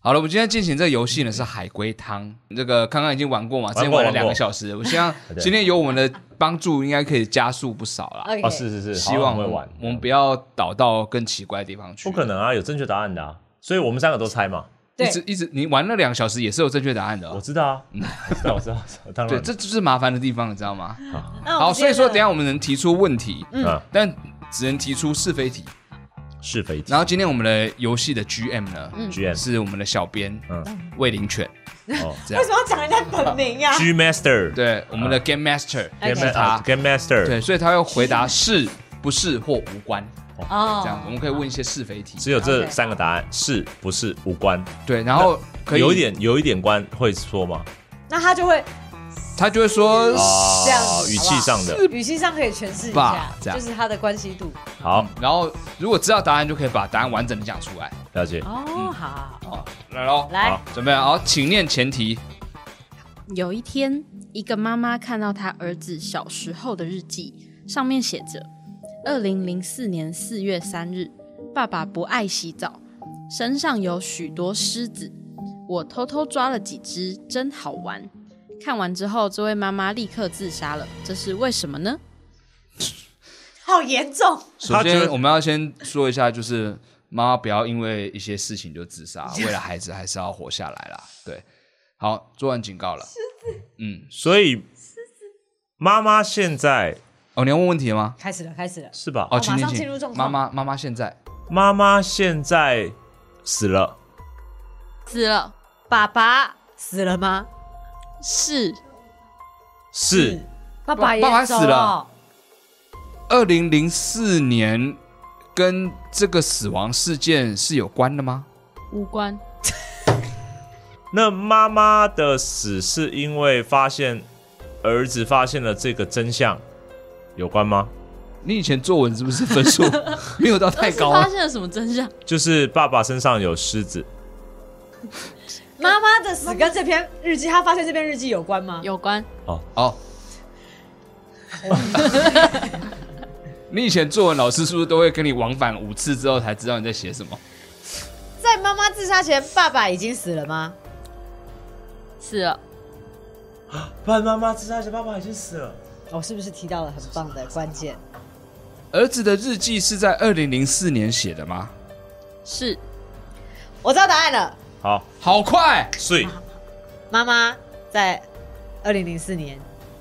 好了，我们今天进行这个游戏呢是海龟汤，这个刚刚已经玩过嘛，之前玩了两个小时，我希望 对今天有我们的帮助，应该可以加速不少啦。哦， OK，是是是，希好望很会玩，我们不要倒到更奇怪的地方去。不可能啊，有正确答案的啊，所以我们三个都猜嘛。一对直一直你玩了两个小时也是有正确答案的我哦。知道啊，我知道，我知道，我知道当对，然这就是麻烦的地方，你知道吗？那我好，们所以说等一今嗯下我们能提出问题，啊，但只能提出是非题。是非题然后今天我们的游戏的 GM 呢，嗯，GM 是我们的小编嗯魏灵犬，哦这 天的为样什。么要讲人家本 名呀？ ，G Master，对，我啊们的 Game Master， OK ，Game 他 Ma- 啊 Game Master，对，所以他会回答是不是或无关哦这样，我们可以问一些是非题。只有这 OK 三个答案是不是无关？对，然后可以有一，点有一点关会说吗？那他就会他就会说啊这样子好不好语气上的语气上可以诠释一吧下，这样就是他的关系度。好，然后如果知道答案，就可以把答案完整的讲出来。了解。哦，好，嗯好，来喽，来好，准备好，请念前提。有一天，一个妈妈看到她儿子小时候的日记，上面写着：二零零四年四月三日，爸爸不爱洗澡，身上有许多虱子，我偷偷抓了几只，真好玩。看完之后，这位妈妈立刻自杀了，这是为什么呢？好严重，首他觉先，得我们要先说一下，就是妈妈不要因为一些事情就自杀，为了孩子还是要活下来啦。对，好，做完警告了。嗯，所以妈妈现在哦，你要问问题了吗？开始了，开始了。是吧？哦，哦请马请上进入请。状妈况妈，妈妈现在妈妈现在死了，死了，爸爸死了吗？是是爸爸也爸爸走死了，二零零四年跟这个死亡事件是有关的吗？无关，那妈妈的死是因为发现儿子发现了这个真相有关吗？你以前作文是不是分数没有到太高儿子啊发？现了什么真相？就是爸爸身上有虱子，妈妈的死跟这篇日记，他发现这篇日记有关吗？有关，哦， 你以前作文老师是不是都会跟你往返五次之后才知道你在写什么？在妈妈自杀前，爸爸已经死了吗？死了，爸妈妈自杀前，爸爸已经死了。我、哦是不是提到了很棒的关键？儿子的日记是在二零零四年写的吗？是我知道答案了，好，好快！所以妈妈在二零零四年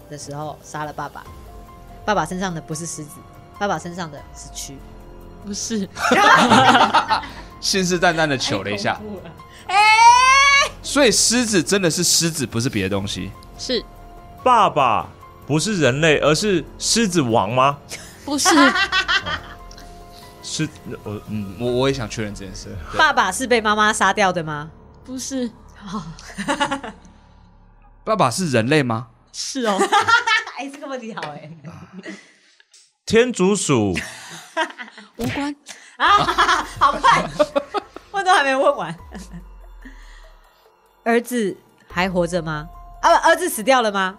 的时候杀了爸爸，爸爸身上的不是狮子，爸爸身上的是蛆。不是？信誓旦旦的求了一下，哎所以狮子真的是狮子，不是别的东西。 是爸爸不是人类，而是狮子王吗？不是？狮，呃我嗯，我我也想确认这件事。爸爸是被妈妈杀掉的吗？不是？爸爸是人类吗？是 哦，哎，这个问题好 哎、天竺鼠无关。好快，问都还没问完。 儿子还活着吗？啊，不儿子死掉了吗？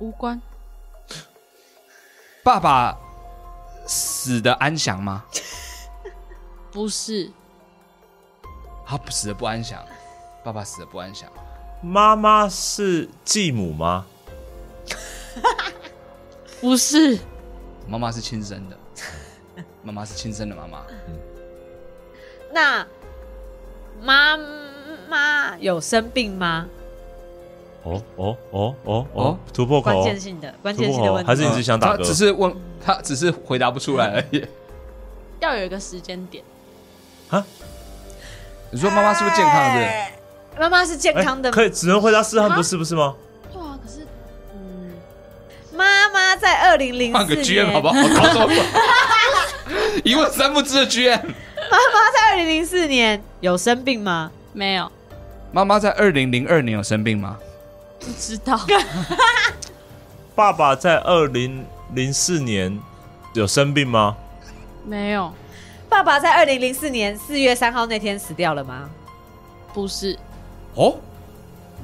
无关，爸爸死的安详吗？不是，他死的不安详，爸爸死的不安详。妈妈是继母吗？不是，妈妈是亲生的，妈妈是亲生的妈妈。那妈妈有生病吗？哦哦哦哦哦哦，突破关口键，性的关键性的问题，还是你只想打他嗝只是问他只是回答不出来而已。要有一个时间点，你说妈妈是不是健康哎的？妈妈是健哎康的吗？可以只能回答是和不是，不是吗？对啊，可是，嗯，妈妈在二零零换四个年， GM 好不好？搞错了， 一问三不知的 GM。妈妈在二零零四年有生病吗？没有，妈妈在二零零二年有生病吗？不知道，爸爸在二零零四年有生病吗？ 没有，爸爸在二零零四年四月三号那天死掉了吗？不是，哦，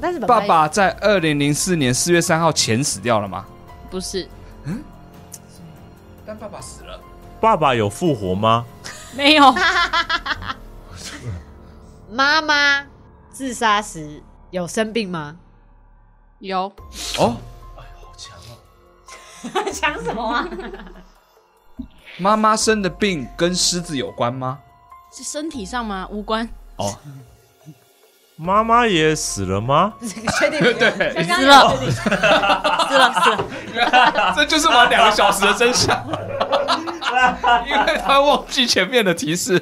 但是爸爸爸在二零零四年四月三号前死掉了吗？不是，但爸爸死了。爸爸有复活吗？没有，妈妈自杀时有生病吗？ 有哦， 好强哦！想什么啊？妈妈生的病跟狮子有关吗？是身体上吗？无关，哦，妈妈也死了吗？确定？对， 刚刚死了有确定死了死了，这就是玩两个小时的真 相，因为他忘记前面的提示，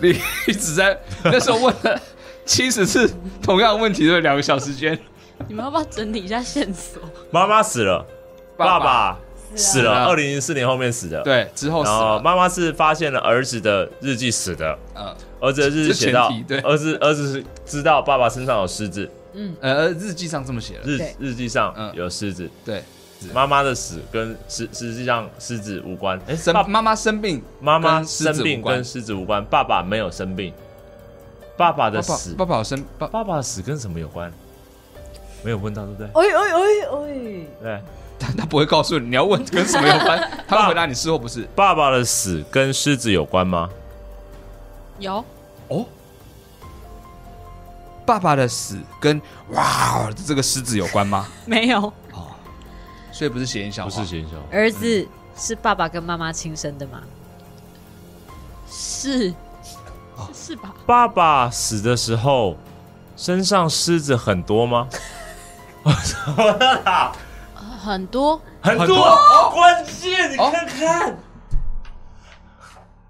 你一直在那时候问了七十次同样问题的两个小时间，你们要不要整理一下线索？妈妈死了，爸爸死死了了，二零零四年后面死的。，对之后死然后了，哦妈妈是发现了儿子的日记死的，呃儿子的日记写这到前提对，儿子儿子是知道爸爸身上有狮子，呃日记上这么写的，日对日记嗯上有狮子。对，妈妈的死跟实实际上狮子无关，哎，生爸妈妈生病，妈妈跟狮生子无病关跟狮子无关，爸爸没有生病，爸爸的爸爸死，爸爸有生爸爸爸的死跟什么有关？没有问到，对不对？哎哎哎哎！对， 他他不会告诉你，你要问跟什么有 关，他会回答你是或不是。爸爸的死跟狮子有关吗？有哦，爸爸的死跟哇这个狮子有关吗？没有？所以不是谐音笑不话，是学校，儿子是爸爸跟妈妈亲生的吗？是是吧？爸爸死的时候身上狮子很多 吗？很多很很多哦关键你哦看，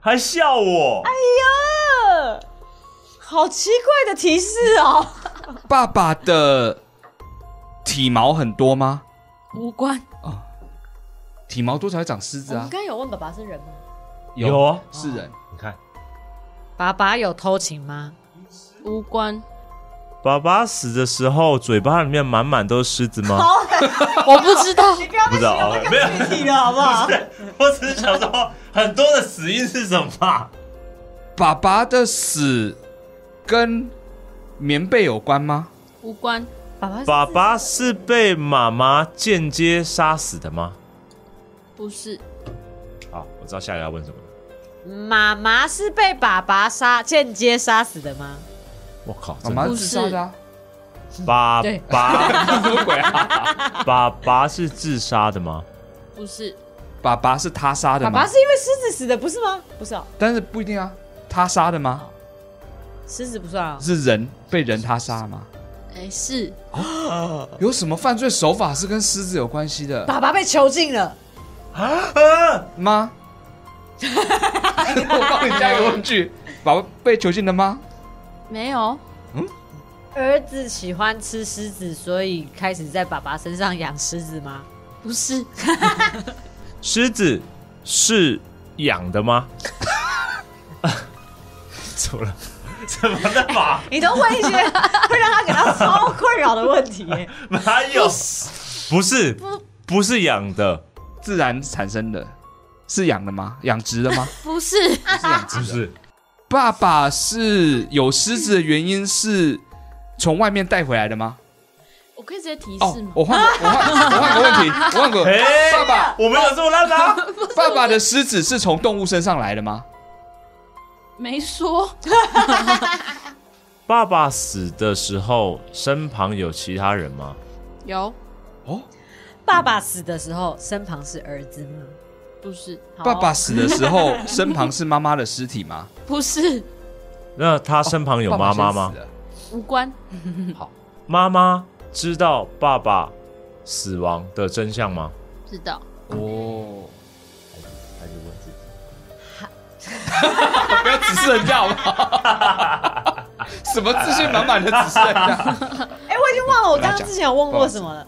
还笑我，呃好奇怪的提示哦！爸爸的体毛很多吗？ 无关。体毛多才会长狮子我们啊刚？刚有问爸爸是人吗？有啊，是人，你看，爸爸有偷情吗？无关，爸爸死的时候嘴巴里面满满都是狮子吗？我不知道，不要不知道啊，没有。具体了，好不好？我只是想说，很多的死因是什么？爸爸的死跟棉被有关吗？ 无关，爸爸是爸爸是被妈妈间接杀死的吗？不是，好，我知道下一个要问什么了。妈妈是被爸爸杀间接杀死的吗？我靠，妈真妈的不自杀的啊？爸对爸 什么鬼啊？爸爸是自杀的吗？不是，爸爸是他杀的爸吗？爸是因为狮子死的，不是吗？不是哦，但是不一定啊，他杀的吗？狮子不算啊。是人被人他杀吗？哎，是有什么犯罪手法是跟狮子有关系的爸爸被囚禁了，啊啊吗？ 我帮你加一个问句：宝宝被囚禁了吗？没有？儿子喜欢吃狮子，所以开始在爸爸身上养狮子吗？不是，狮子是养 的吗？怎么了？怎么了 嘛？你都问一些 会让他感到超困扰的问题耶，哪有？不是，不是养的，自然产生的，是养的吗？养殖的吗？不是，不是养殖不的。是爸爸是有狮子的原因是从外面带回来的吗？我可以直接提哦示吗，？我换个我换我换个 问题，我换个哎爸爸我没有这么烂啊吗？爸爸的狮子是从动物身上来的吗？没说，爸爸死的时候，身旁有其他人吗？有，哦， 爸爸死的时候，身旁是儿子吗？不是，好爸爸死的时候身旁是妈妈的尸体吗？不是，那他身旁有妈妈哦爸爸吗先死？了？无关，妈妈知道爸爸死亡的真相吗？知道，哦，还是问自己？不要指示人家好不好？ 什么自信满满的指示人家？哎、我已经忘了我刚不要刚讲之前有问过什么了。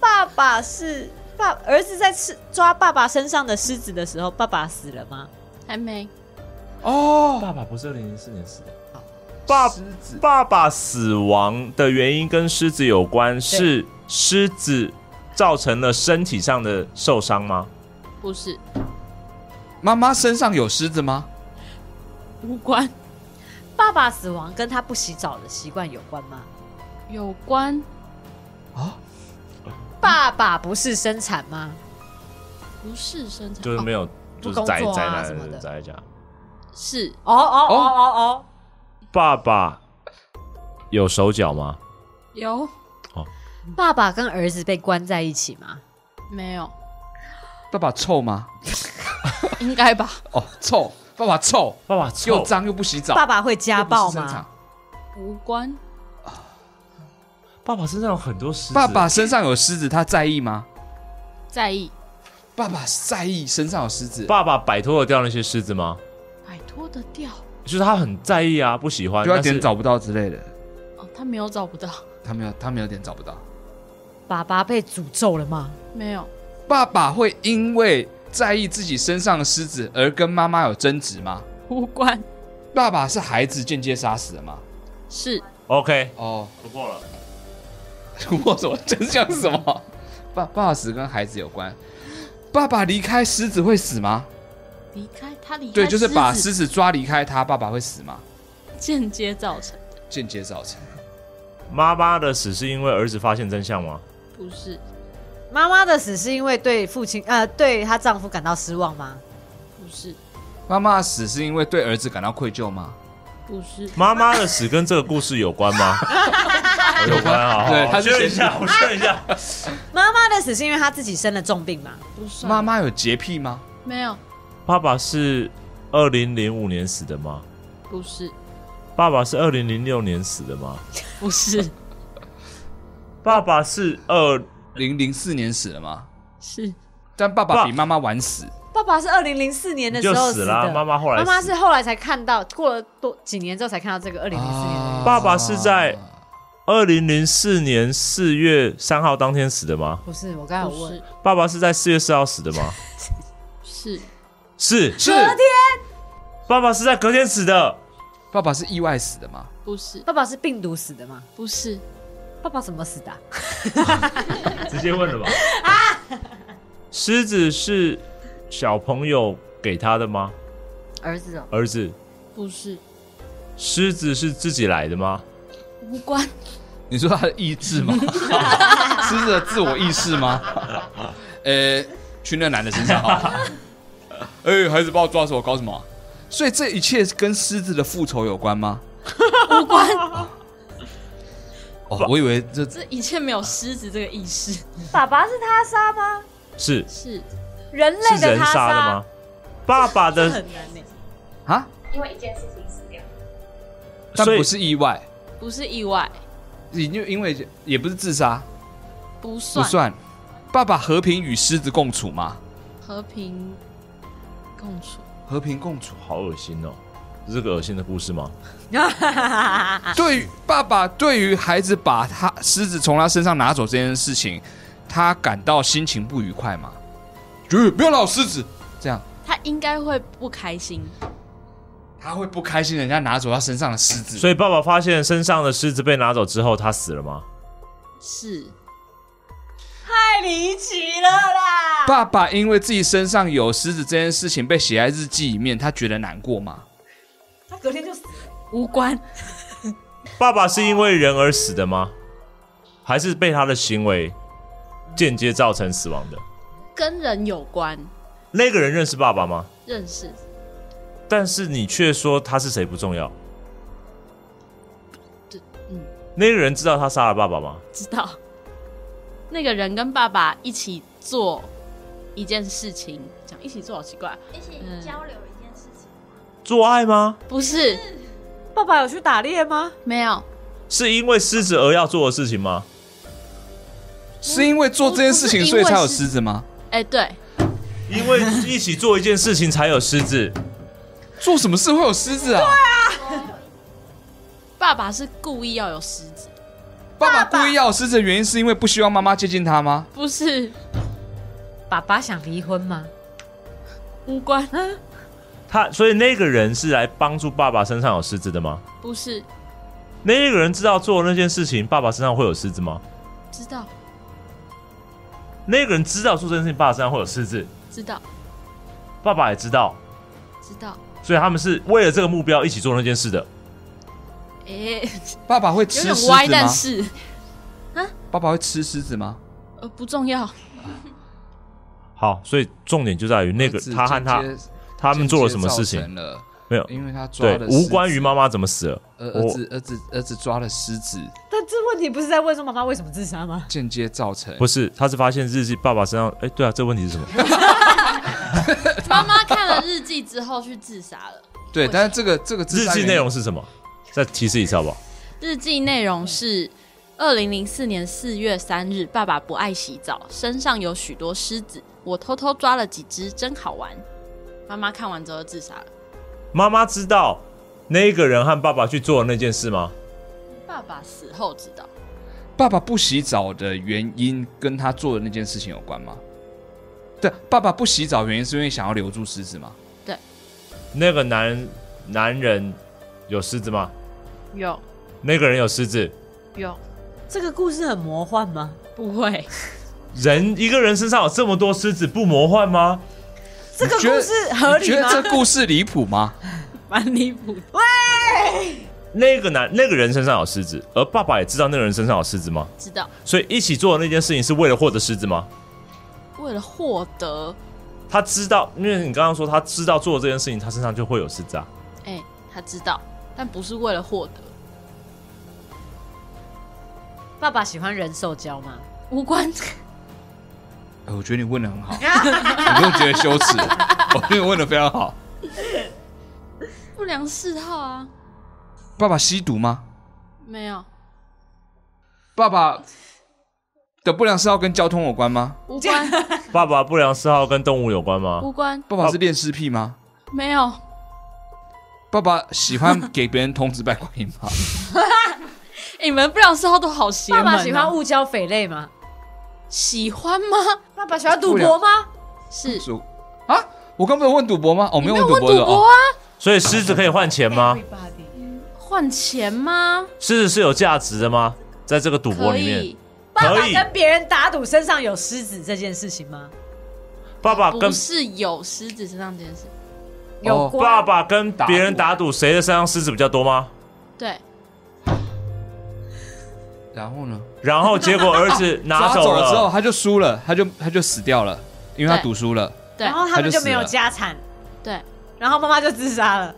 爸爸是爸，儿子在吃抓爸爸身上的狮子的时候，爸爸死了吗？还没， 哦，爸爸不是二零零四年死的。爸狮子爸爸死亡的原因跟狮子有关，是狮子造成了身体上的受伤吗？不是，妈妈身上有狮子吗？无关，爸爸死亡跟他不洗澡的习惯有关吗？有关，爸爸不是生产吗？不是生产，就是没有，不就是宅工作宅啊男什么的人宅家。哦是哦哦哦哦哦，爸爸有手脚吗？有爸爸跟儿子被关在一起吗？没有？爸爸臭吗？应该吧。哦，臭，爸爸臭，爸爸又脏又不洗澡，爸爸会家暴又不是正吗常？？无关，爸爸身上有很多虱子。爸爸身上有虱子，他在意吗？在意，爸爸在意身上有虱子，爸爸摆脱了掉那些虱子吗？摆脱得掉。就是他很在意啊，不喜欢。就要但是点找不到之类的。哦，他没有找不到，他没有，他没有点找不到。爸爸被诅咒了吗？没有，爸爸会因为在意自己身上的虱子而跟妈妈有争执吗？无关。爸爸是孩子间接杀死的吗？是 OK，哦，突破了。突破什么？真相是什么？爸爸死跟孩子有关。爸爸离开狮子会死吗？离开他离开狮子，对，就是把狮子抓离开他，爸爸会死吗？间接造成，间接造成。妈妈的死是因为儿子发现真相吗？不是妈妈的死是因为对父亲呃对她丈夫感到失望吗？不是妈妈的死是因为对儿子感到愧疚吗？不是，妈妈的死跟这个故事有关 吗？有关啊，对好他我是确认一谁下，我确认一下。妈妈的死是因为她自己生了重病吗？不是妈妈有洁癖吗？没有，爸爸是二零零五年死的吗？不是爸爸是二零零六年死的吗？不是爸爸是二零零四年死了吗？是但爸爸爸比妈妈晚死，爸爸是二零零四年的时就候死啊的，啦，妈妈后来妈妈死是后来才看到，过了多几年之后才看到这个二零零四年的。爸爸是在啊二零零四年四月三号当天死的吗？不是，我刚才有不问是，爸爸是在四月四号死的吗？是是，是爸爸是在隔天死的。爸爸是意外死的吗？不是爸爸是病毒死的吗？不是爸爸怎么死的啊、直接问了吧。 狮子是小朋友给他的吗？儿子哦，儿子，不是狮子是自己来的吗？无关， 你说他的意志 吗？狮子的自我意识 吗？呃，去那男的身上 啊！哎、孩子把我抓走，搞什么啊？所以这一切跟狮子的复仇有关吗？无关。哦，我以为这这一切没有狮子这个意识，爸爸是他杀吗？是是人是类的人他杀的吗？爸爸的，很难呢、啊，因为一件事情死掉。但所以不是意外，不是意外？你就因为也不是自杀，不不算算。爸爸和平与狮子共处吗？和平共处，和平共处。好恶心哦！这是个恶心的故事吗？对于爸爸对于孩子把他狮子从他身上拿走这件事情，他感到心情不愉快吗？就是不要老狮子这样，他应该会不开心。他会不开心，人家拿走他身上的狮子。所以爸爸发现身上的狮子被拿走之后，他死了吗？是太离奇了啦！爸爸因为自己身上有狮子这件事情被写在日记里面，他觉得难过吗？ 他隔天就死了，无关，爸爸是因为人而死的吗？还是被他的行为间接造成死亡的？跟人有关，那个人认识爸爸吗？认识但是你却说他是谁不重要。对，嗯，那个人知道他杀了爸爸吗？知道。那个人跟爸爸一起做一件事情，讲一起做好奇怪，一起嗯交流一件事情，做爱吗？不是爸爸有去打猎吗？没有是因为狮子而要做的事情吗？是因为做这件事情，不是所以才因有为是狮子吗？哎、对，因为一起做一件事情才有狮子。做什么事会有狮子啊？爸爸是故意要有狮子，爸爸故意要有狮子的原因是因为不希望妈妈接近他吗？不是爸爸想离婚吗？无关，他所以那个人是来帮助爸爸身上有狮子的吗？不是那个人知道做那件事情，爸爸身上会有狮子吗？知道那个人知道做这件事情，爸爸身上会有狮子，知道爸爸也知道，知道，所以他们是为了这个目标一起做那件事的。 哎、爸爸会有吃狮点子吗歪，？但是爸爸会吃狮子吗？呃不 重要，好，所以重点就在于那个儿子他和他间接他们做了什么事间接造成情。了没有，因为他抓对了，无关于狮子妈妈怎么死了。儿我儿子儿子儿子抓了狮子，但这问题不是在问说妈妈为什么自杀吗？间接造成不是，他是发现日记爸爸身上，哎，对啊，这问题是什么？妈妈看了日记之后去自杀了。对， 但是这个这个自日杀记原因内容是什么？再提示一次好不好？ 日记内容是：二零零四年四月三日，爸爸不爱洗澡，身上有许多虱子，我偷偷抓了几只，真好玩。妈妈看完之后自杀了。妈妈知道那个人和爸爸去做的那件事吗？爸爸死后知道，爸爸不洗澡的原因跟他做的那件事情有关吗？对，爸爸不洗澡的原因是因为想要留住狮子吗？那个男男人有狮子吗？有那个人有狮子，有这个故事很魔幻吗？不会？人一个人身上有这么多狮子，不魔幻吗？这个你觉得故事合你理觉得吗？这故事离谱吗？蛮离谱的。那个男那个人身上有狮子，而爸爸也知道那个人身上有狮子吗？知道，所以一起做的那件事情是为了获得狮子吗？为了获得，他知道，因为你刚刚说他知道做这件事情，他身上就会有狮子啊。哎、他知道，但不是为了获得，爸爸喜欢人兽交吗？无关。哎我觉得你问的 很好，我不用觉得羞耻，我觉得你问的非常好。不良嗜好啊，爸爸吸毒吗？没有，爸爸的不良嗜好跟交通有关吗？无关，爸爸不良嗜好跟动物有关吗？无关，爸爸是恋尸癖吗？没有，爸爸喜欢给别人童子拜观音吗？你们不良嗜好都好邪门、啊爸爸喜欢，误交匪类吗？喜欢吗？爸爸喜欢赌博吗？是，说啊，我刚不是问赌博吗？我、哦、没有你没问有赌问博的赌博哦。啊？所以狮子可以换钱吗？换钱吗？狮子是有价值的吗？在这个赌博可里面，以，爸可爸以。跟别人打赌身上有狮子这件事情吗？哦爸啊爸跟不是有狮子身上这件事，有关爸爸跟别人打赌，谁的身上狮子比较多吗？对，然后呢？然后结果儿子拿抓走走了，了之后，他就输了，他就他就死掉了，因为他对赌输了。对然，后他们就没有他就死了家产，对，然后妈妈就自杀了，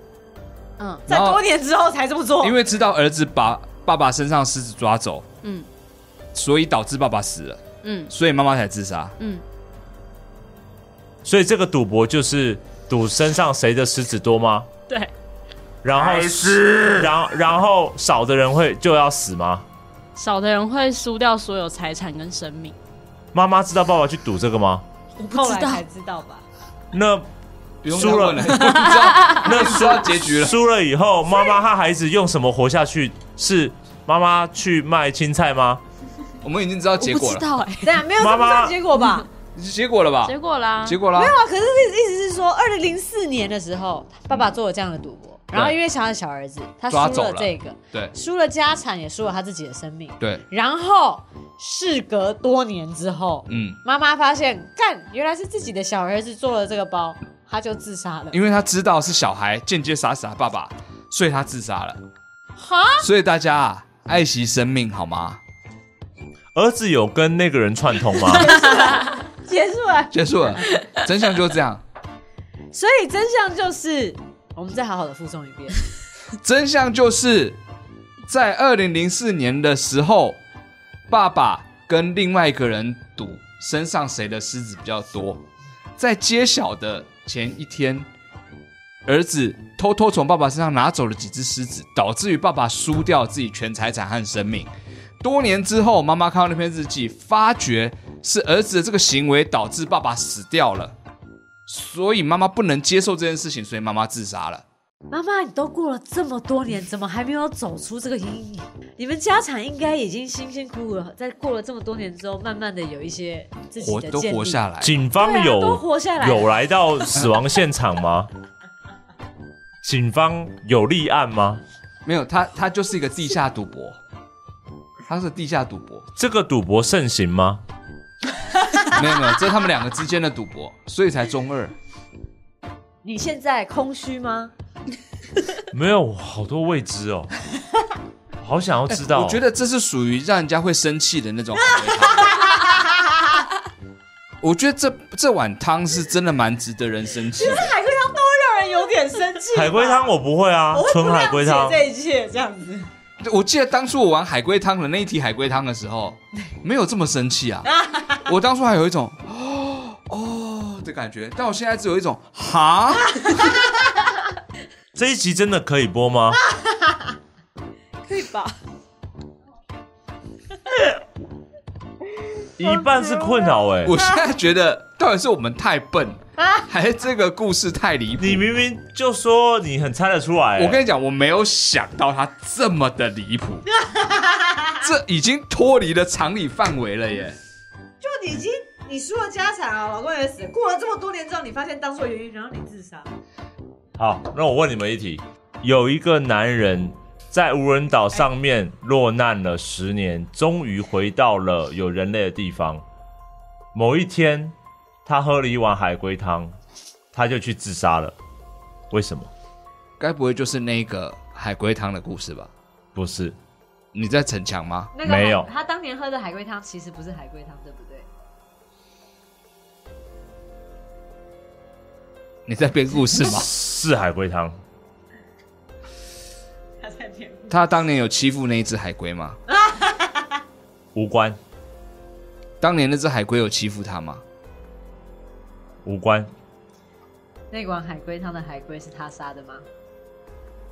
嗯在然后多年之后才这么做。因为知道儿子把爸爸身上的狮子抓走，嗯所以导致爸爸死了，嗯所以妈妈才自杀。嗯，所以这个赌博就是赌身上谁的狮子多吗？对，然后是，然后然后少的人会就要死吗？少的人会输掉所有财产跟生命，妈妈知道爸爸去赌这个吗？我不后知来道才，知道吧？那不用输再了问了， 我知道那知道结局了输了以后，妈妈和孩子用什么活下去？是妈妈去卖青菜吗？我们已经知道我结不果知了，道哎、对啊，没有这妈么妈算结果 吧？是结果了吧？结果啦，结果啦没，有啊，可是意思是说，二零零四年的时候，爸爸做了这样的赌博，然后因为想要小儿子，他输抓走了了这个，对输了家产，也输了他自己的生命。对，然后事隔多年之后，嗯，妈妈发现，干，原来是自己的小儿子做了这个包，他就自杀了。因为他知道是小孩间接杀死他爸爸，所以他自杀了。哈，所以大家啊，爱惜生命好吗？儿子有跟那个人串通吗？结束了，结束了，真相就是这样。所以真相就是，我们再好好的附送一遍。 真相就是在二零零四年的时候，爸爸跟另外一个人赌身上谁的狮子比较多。在揭晓的前一天，儿子偷偷从爸爸身上拿走了几只狮子，导致于爸爸输掉自己全财产和生命。多年之后，妈妈看到那篇日记，发觉是儿子的这个行为导致爸爸死掉了，所以妈妈不能接受这件事情，所以妈妈自杀了。妈妈，你都过了这么多年，怎么还没有走出这个阴影？你们家产应该已经辛辛苦苦了，在过了这么多年之后，慢慢的有一些自己活的都建立活下来，警对方啊有、都活下来了有来到死亡现场吗？ 警方有立案吗？没有他，他就是一个地下赌博，他是地下赌博，这个赌博盛行吗？没有没有，这是他们两个之间的赌博，所以才中二。你现在空虚吗？没有，好多未知哦，好想要知道哦、哎我觉得这是属于让人家会生气的那种 行为讨论。我觉得这这碗汤是真的蛮值得人生气的。海龟汤都会让人有点生 记吧海龟汤我不会啊我，会不纯海龟了汤解这一切这样子，我记得当初我玩海龟汤的那一题海龟汤的时候，没有这么生气啊。我当初还有一种 哦哦的感觉，但我现在只有一种哈。这一集真的可以播吗？可以吧？一半是困扰哎、嗯我现在觉得到底是我们太笨，还是这个故事太离谱？你明明就说你很猜得出来、欸，我跟你讲，我没有想到它这么的离谱，这已经脱离了常理范围了耶。就你已经你输了家产啊，老公也死，过了这么多年之后，你发现当初的原因，然后你自杀，好，那我问你们一题：有一个男人在无人岛上面落难了十年，终于回到了有人类的地方。某一天，他喝了一碗海龟汤，他就去自杀了。为什么？该不会就是那个海龟汤的故事吧？不是，你在逞强吗？那没有？海他当年喝的海龟汤其实不是海龟汤，对不对？你在编故事吗 是海龟汤。他在骗我。他当年有欺负那一只海龟吗？无关，当年那只海龟有欺负他吗？无关，那碗海龟汤的海龟是他杀的吗？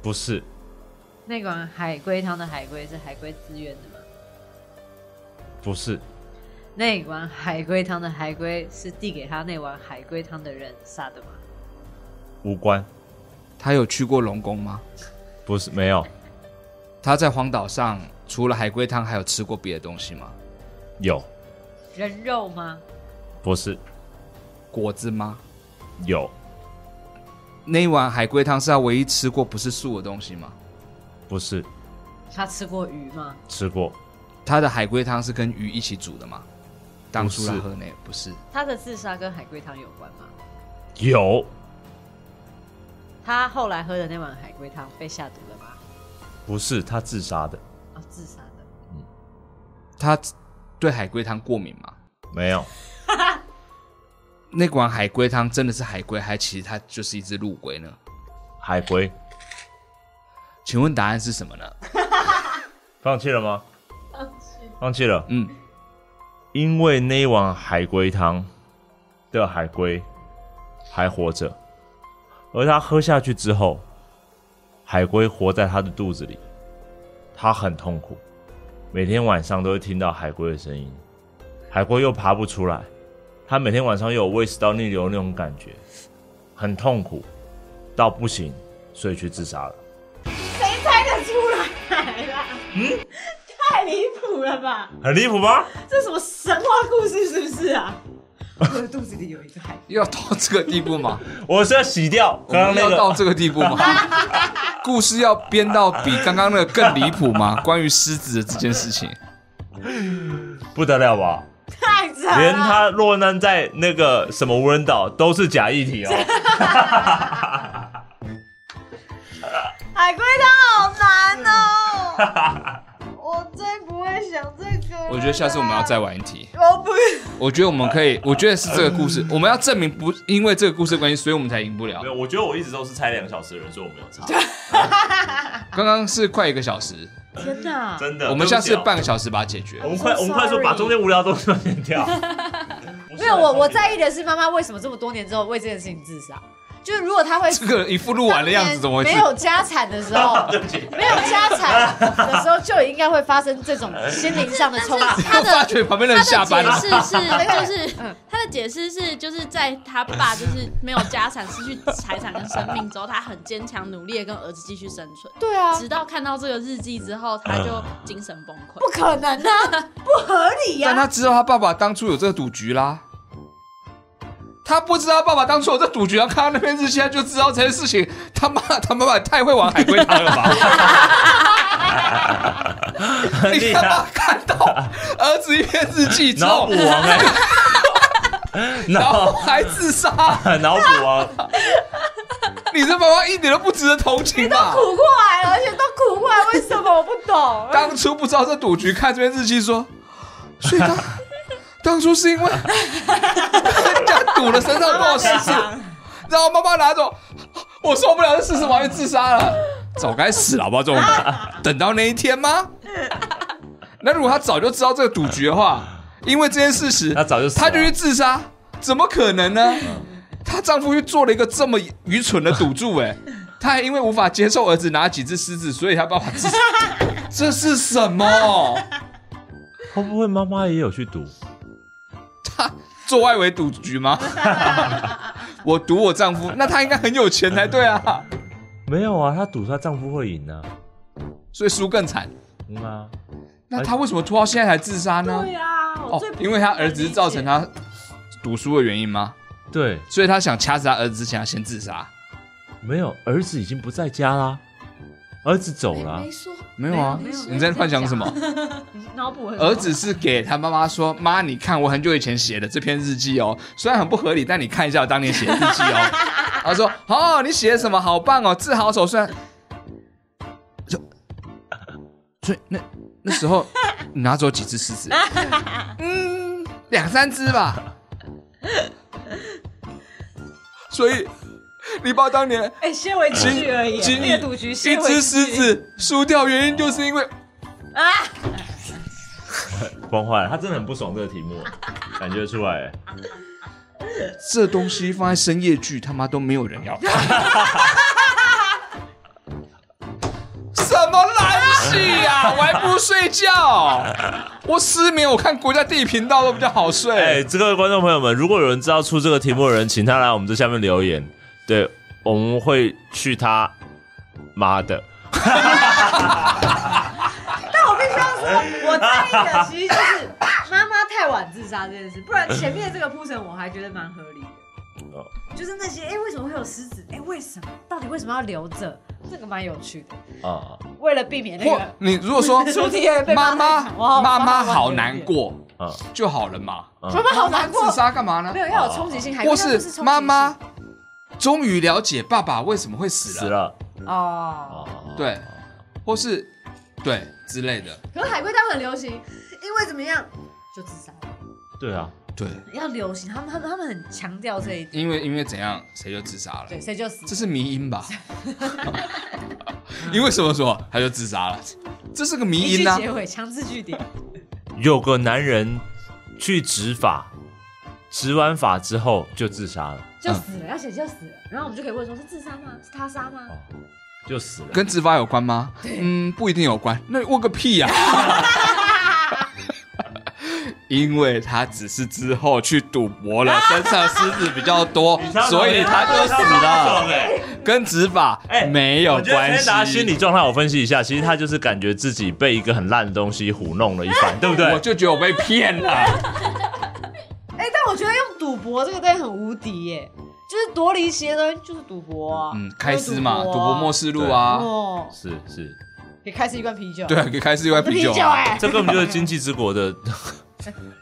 不是，那碗海龟汤的海龟是海龟自愿的吗？不是，那碗海龟汤的海龟是递给他那碗海龟汤的人杀的吗？无关，他有去过龙宫吗？不是，没有，他在荒岛上除了海龟汤，还有吃过别的东西吗？有，人肉吗？不是，果子吗？有，那一碗海龟汤是他唯一吃过不是素的东西吗？不是，他吃过鱼吗？吃过，他的海龟汤是跟鱼一起煮的吗？当初他喝那不是他的自杀跟海龟汤有关吗？有，他后来喝的那碗海龟汤被下毒了吗？不是，他自杀的，啊、自杀的。他对海龟汤过敏吗？没有，那碗海龟汤真的是海龟，还其实它就是一只陆龟呢？海龟。请问答案是什么呢？放弃了吗？放弃，放弃了，嗯，因为那一碗海龟汤的海龟还活着，而他喝下去之后，海龟活在他的肚子里，他很痛苦，每天晚上都会听到海龟的声音，海龟又爬不出来，他每天晚上又有胃食道逆流那种感觉，很痛苦到不行，所以去自杀了。谁猜得出来啦？嗯，太离谱了吧！很离谱吧？这什么神话故事是不是啊？我的肚子里有一个海，要到这个地步吗？我是要洗掉我 刚刚们那要个。到这个地步 吗？故事要编到比刚刚那个更离谱吗？关于狮子的这件事情，不得了吧？太扯连他落难在那个什么无人岛都是假议题哦。海龟汤好难哦， 我最不会想这个啊了。我觉得下次我们要再玩一题。我不我觉得我们可以，我觉得是这个故 事，我们要证明不因为这个故事的关系，所以我们才赢不了没。有，我觉得我一直都是猜两小时的人，所以我没有猜。刚刚是快一个小时，天哪！真的，我们下次对不起哦半个小时把它解决我。们快， I'm so 我们快速 sorry 把中间无聊的东西都剪掉。没有啊我，我在意的是妈妈为什么这么多年之后为这件事情自杀？就是如果她会这个一副录完的样子，怎么回事没？有家产的 时候，没有家产的时候就应该会发生这种心灵上的冲击。他我发的觉旁边的人下他班了的。 解释是，就是嗯他的解释是，就是在他爸就是没有家产、失去财产跟生命之后，他很坚强努力的跟儿子继续生存，对啊，直到看到这个日记之后，他就精神崩溃。不可能啊，不合理呀、但他知道他爸爸当初有这个赌局啦。他不知道爸爸当初有这赌局，然后看到那边日期，他就知道这件事情。他妈，他妈妈也太会玩海龟汤了吧！ 很你厉他妈害，看到儿子一篇日记之 后脑补，王哎，然后脑还自杀，脑补王，你这妈妈一点都不值得同情吧？苦过来了，而且都苦过来，为什么我不懂？当初不知道这赌局，看这边日记说，所以当当初是因为人家赌了身上多少妈妈十在次，想然后妈妈拿走，我受不了这事实，我要去自杀了。早该死了，好不好？这种人等到那一天吗？那如果他早就知道这个赌局的话，因为这件事实，他早就死了他就去自杀，怎么可能呢？她丈夫去做了一个这么愚蠢的赌注、 哎，她还因为无法接受儿子拿几只狮子，所以她爸爸自 杀，这是什么？会不会妈妈也有去赌？她做外围赌局 吗？我赌我丈夫，那她应该很有钱才对啊，没有啊，她赌她丈夫会赢啊。所以输更惨。嗯啊，那她为什么拖到现在才自杀呢？对啊，我哦最不，因为她儿子造成她赌输的原因吗？对，所以她想掐死她儿子之前，她先自杀？没有，儿子已经不在家啦，儿子走啦没。说，没有啊没有，没有你在幻想什么？脑补很儿子是给他妈妈说：“妈，你看我很久以前写的这篇日记哦，虽然很不合理，但你看一下我当年写的日记哦。” 他说：“哦，你写的什么？好棒哦，治好手虽然……就所以那那时候你拿走几只狮子？嗯，两三只吧。所以你爸当年哎，些微之举而已，仅那个赌局，一些微只之狮举，子输掉，原因就是因为崩坏了，他真的很不爽这个题目， 感觉出来。这东西放在深夜剧，他妈都没有人要看。 什么烂戏呀、我还不如睡觉，我失眠，我看国家地理频道都比较好睡。哎、这个观众朋友们，如果有人知道出这个题目的人，请他来我们这下面留言，对，我们会去他妈的。但我必须要说，我在意的其实就是妈妈太晚自杀这件事，不然前面这个铺陈我还觉得蛮合理嗯的哦。就是那些，哎、为什么会有狮子？哎、为什么？到底为什么要留着？这个蛮有趣的，啊为了避免那或个你如果 说主题也被妈妈妈妈哇妈妈妈好难过啊！就好了嘛，妈妈好难过自，杀干嘛呢没？有要有冲击性，还或就是妈妈终于了解爸爸为什么会死了，死了哦。啊！对，或是对之类的，可是海龟汤很流行，因为怎么样就自杀了，对啊，对，要流行，他们他们他们很强调这一点，因为因为怎样谁就自杀了，对，谁就死这。是迷因吧？ 因为什么说他就自杀了？这是个迷一句因啊！结尾强制句点，有个男人去执法，执完法之后就自杀了，就死了，要写就死了，然后我们就可以问说是自杀吗？是他哦杀吗？就死了。跟自发有关吗？嗯，不一定有关。那问个屁呀、 因为他只是之后去赌博了，身上狮子比较多，所以他就死了，跟执法哎没有我觉得关先拿心理系。状态我分析一下，其实他就是感觉自己被一个很烂的东西糊弄了一 番，对不对我？就觉得我被骗了，哎、但我觉得用赌博这个东西很无敌耶，就是多离奇的东西就是赌博啊。嗯，开司嘛，赌就是博末世路啊，哦，是是，也开始一罐啤酒。对，啊，可以开司一罐啤酒啊，哎、这根本就是经济之 国的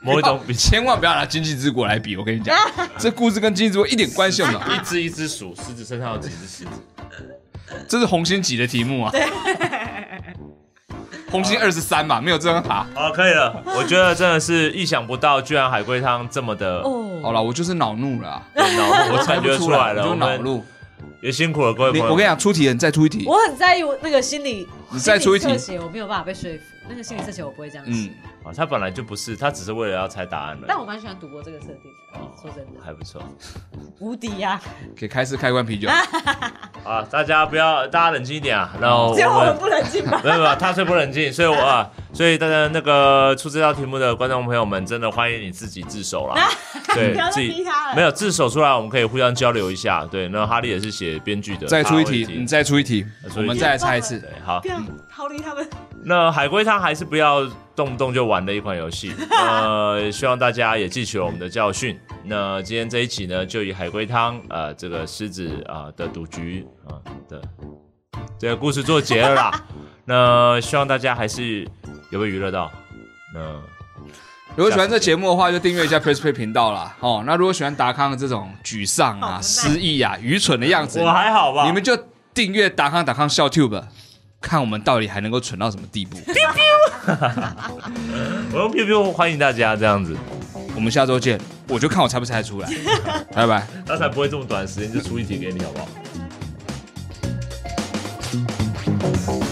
某一种比较。千万不要拿经济之国来比，我跟你讲，啊这故事跟经济之国一点关系都没有， 一只一只数，狮子身上有几只狮子？这是红星级的题目啊。红星二十三嘛，没有这张卡。好，啊可以了。我觉得真的是意想不到，居然海龟汤这么的嗯好了，我就是恼怒了啊、恼怒，我感觉出来了。我 就我恼们怒。也辛苦了各位你朋友。我跟你讲，出题人再出一题。我很在意我那个心理，你再出一题心理侧写我没有办法被说服，那个心理测写我不会这样写嗯，，啊，他本来就不是，他只是为了要猜答案了。但我蛮喜欢赌博这个设定的，说真的，还不错无敌啊呀！给开司开一罐啤酒。啊，大家不要，大家冷静一点啊。然 后我只有我们们不能进吧？没有没有，他最不冷静，所以我啊，所以大家那个出这道题目的观众朋友们，真的欢迎你自己自首 啦。对不要，再自己逼他了没有自首出来，我们可以互相交流一下。对，那哈利也是写编剧的，再出一他题，会你再出一题，出一题我们再来猜一次。对好不。要逃离他们。那海龟汤还是不要动不动就玩的一款游戏。呃，希望大家也记取了我们的教训。那今天这一期呢，就以海龟汤呃这个狮子啊、呃的赌局啊、的这个故事做结了啦。那希望大家还是有被娱乐到。那如果喜欢这节目的话，就订阅一下 Press Play 频道啦。哦，那如果喜欢达康的这种沮丧啊、失意啊、愚蠢的样子，我还好吧？你们就订阅达康达康笑 Tube，看我们到底还能够蠢到什么地步。我用 PPT 欢迎大家这样子，我们下周见，我就看我猜不猜得出来，拜拜。他才不会这么短时间就出一题给你，好不好？拜。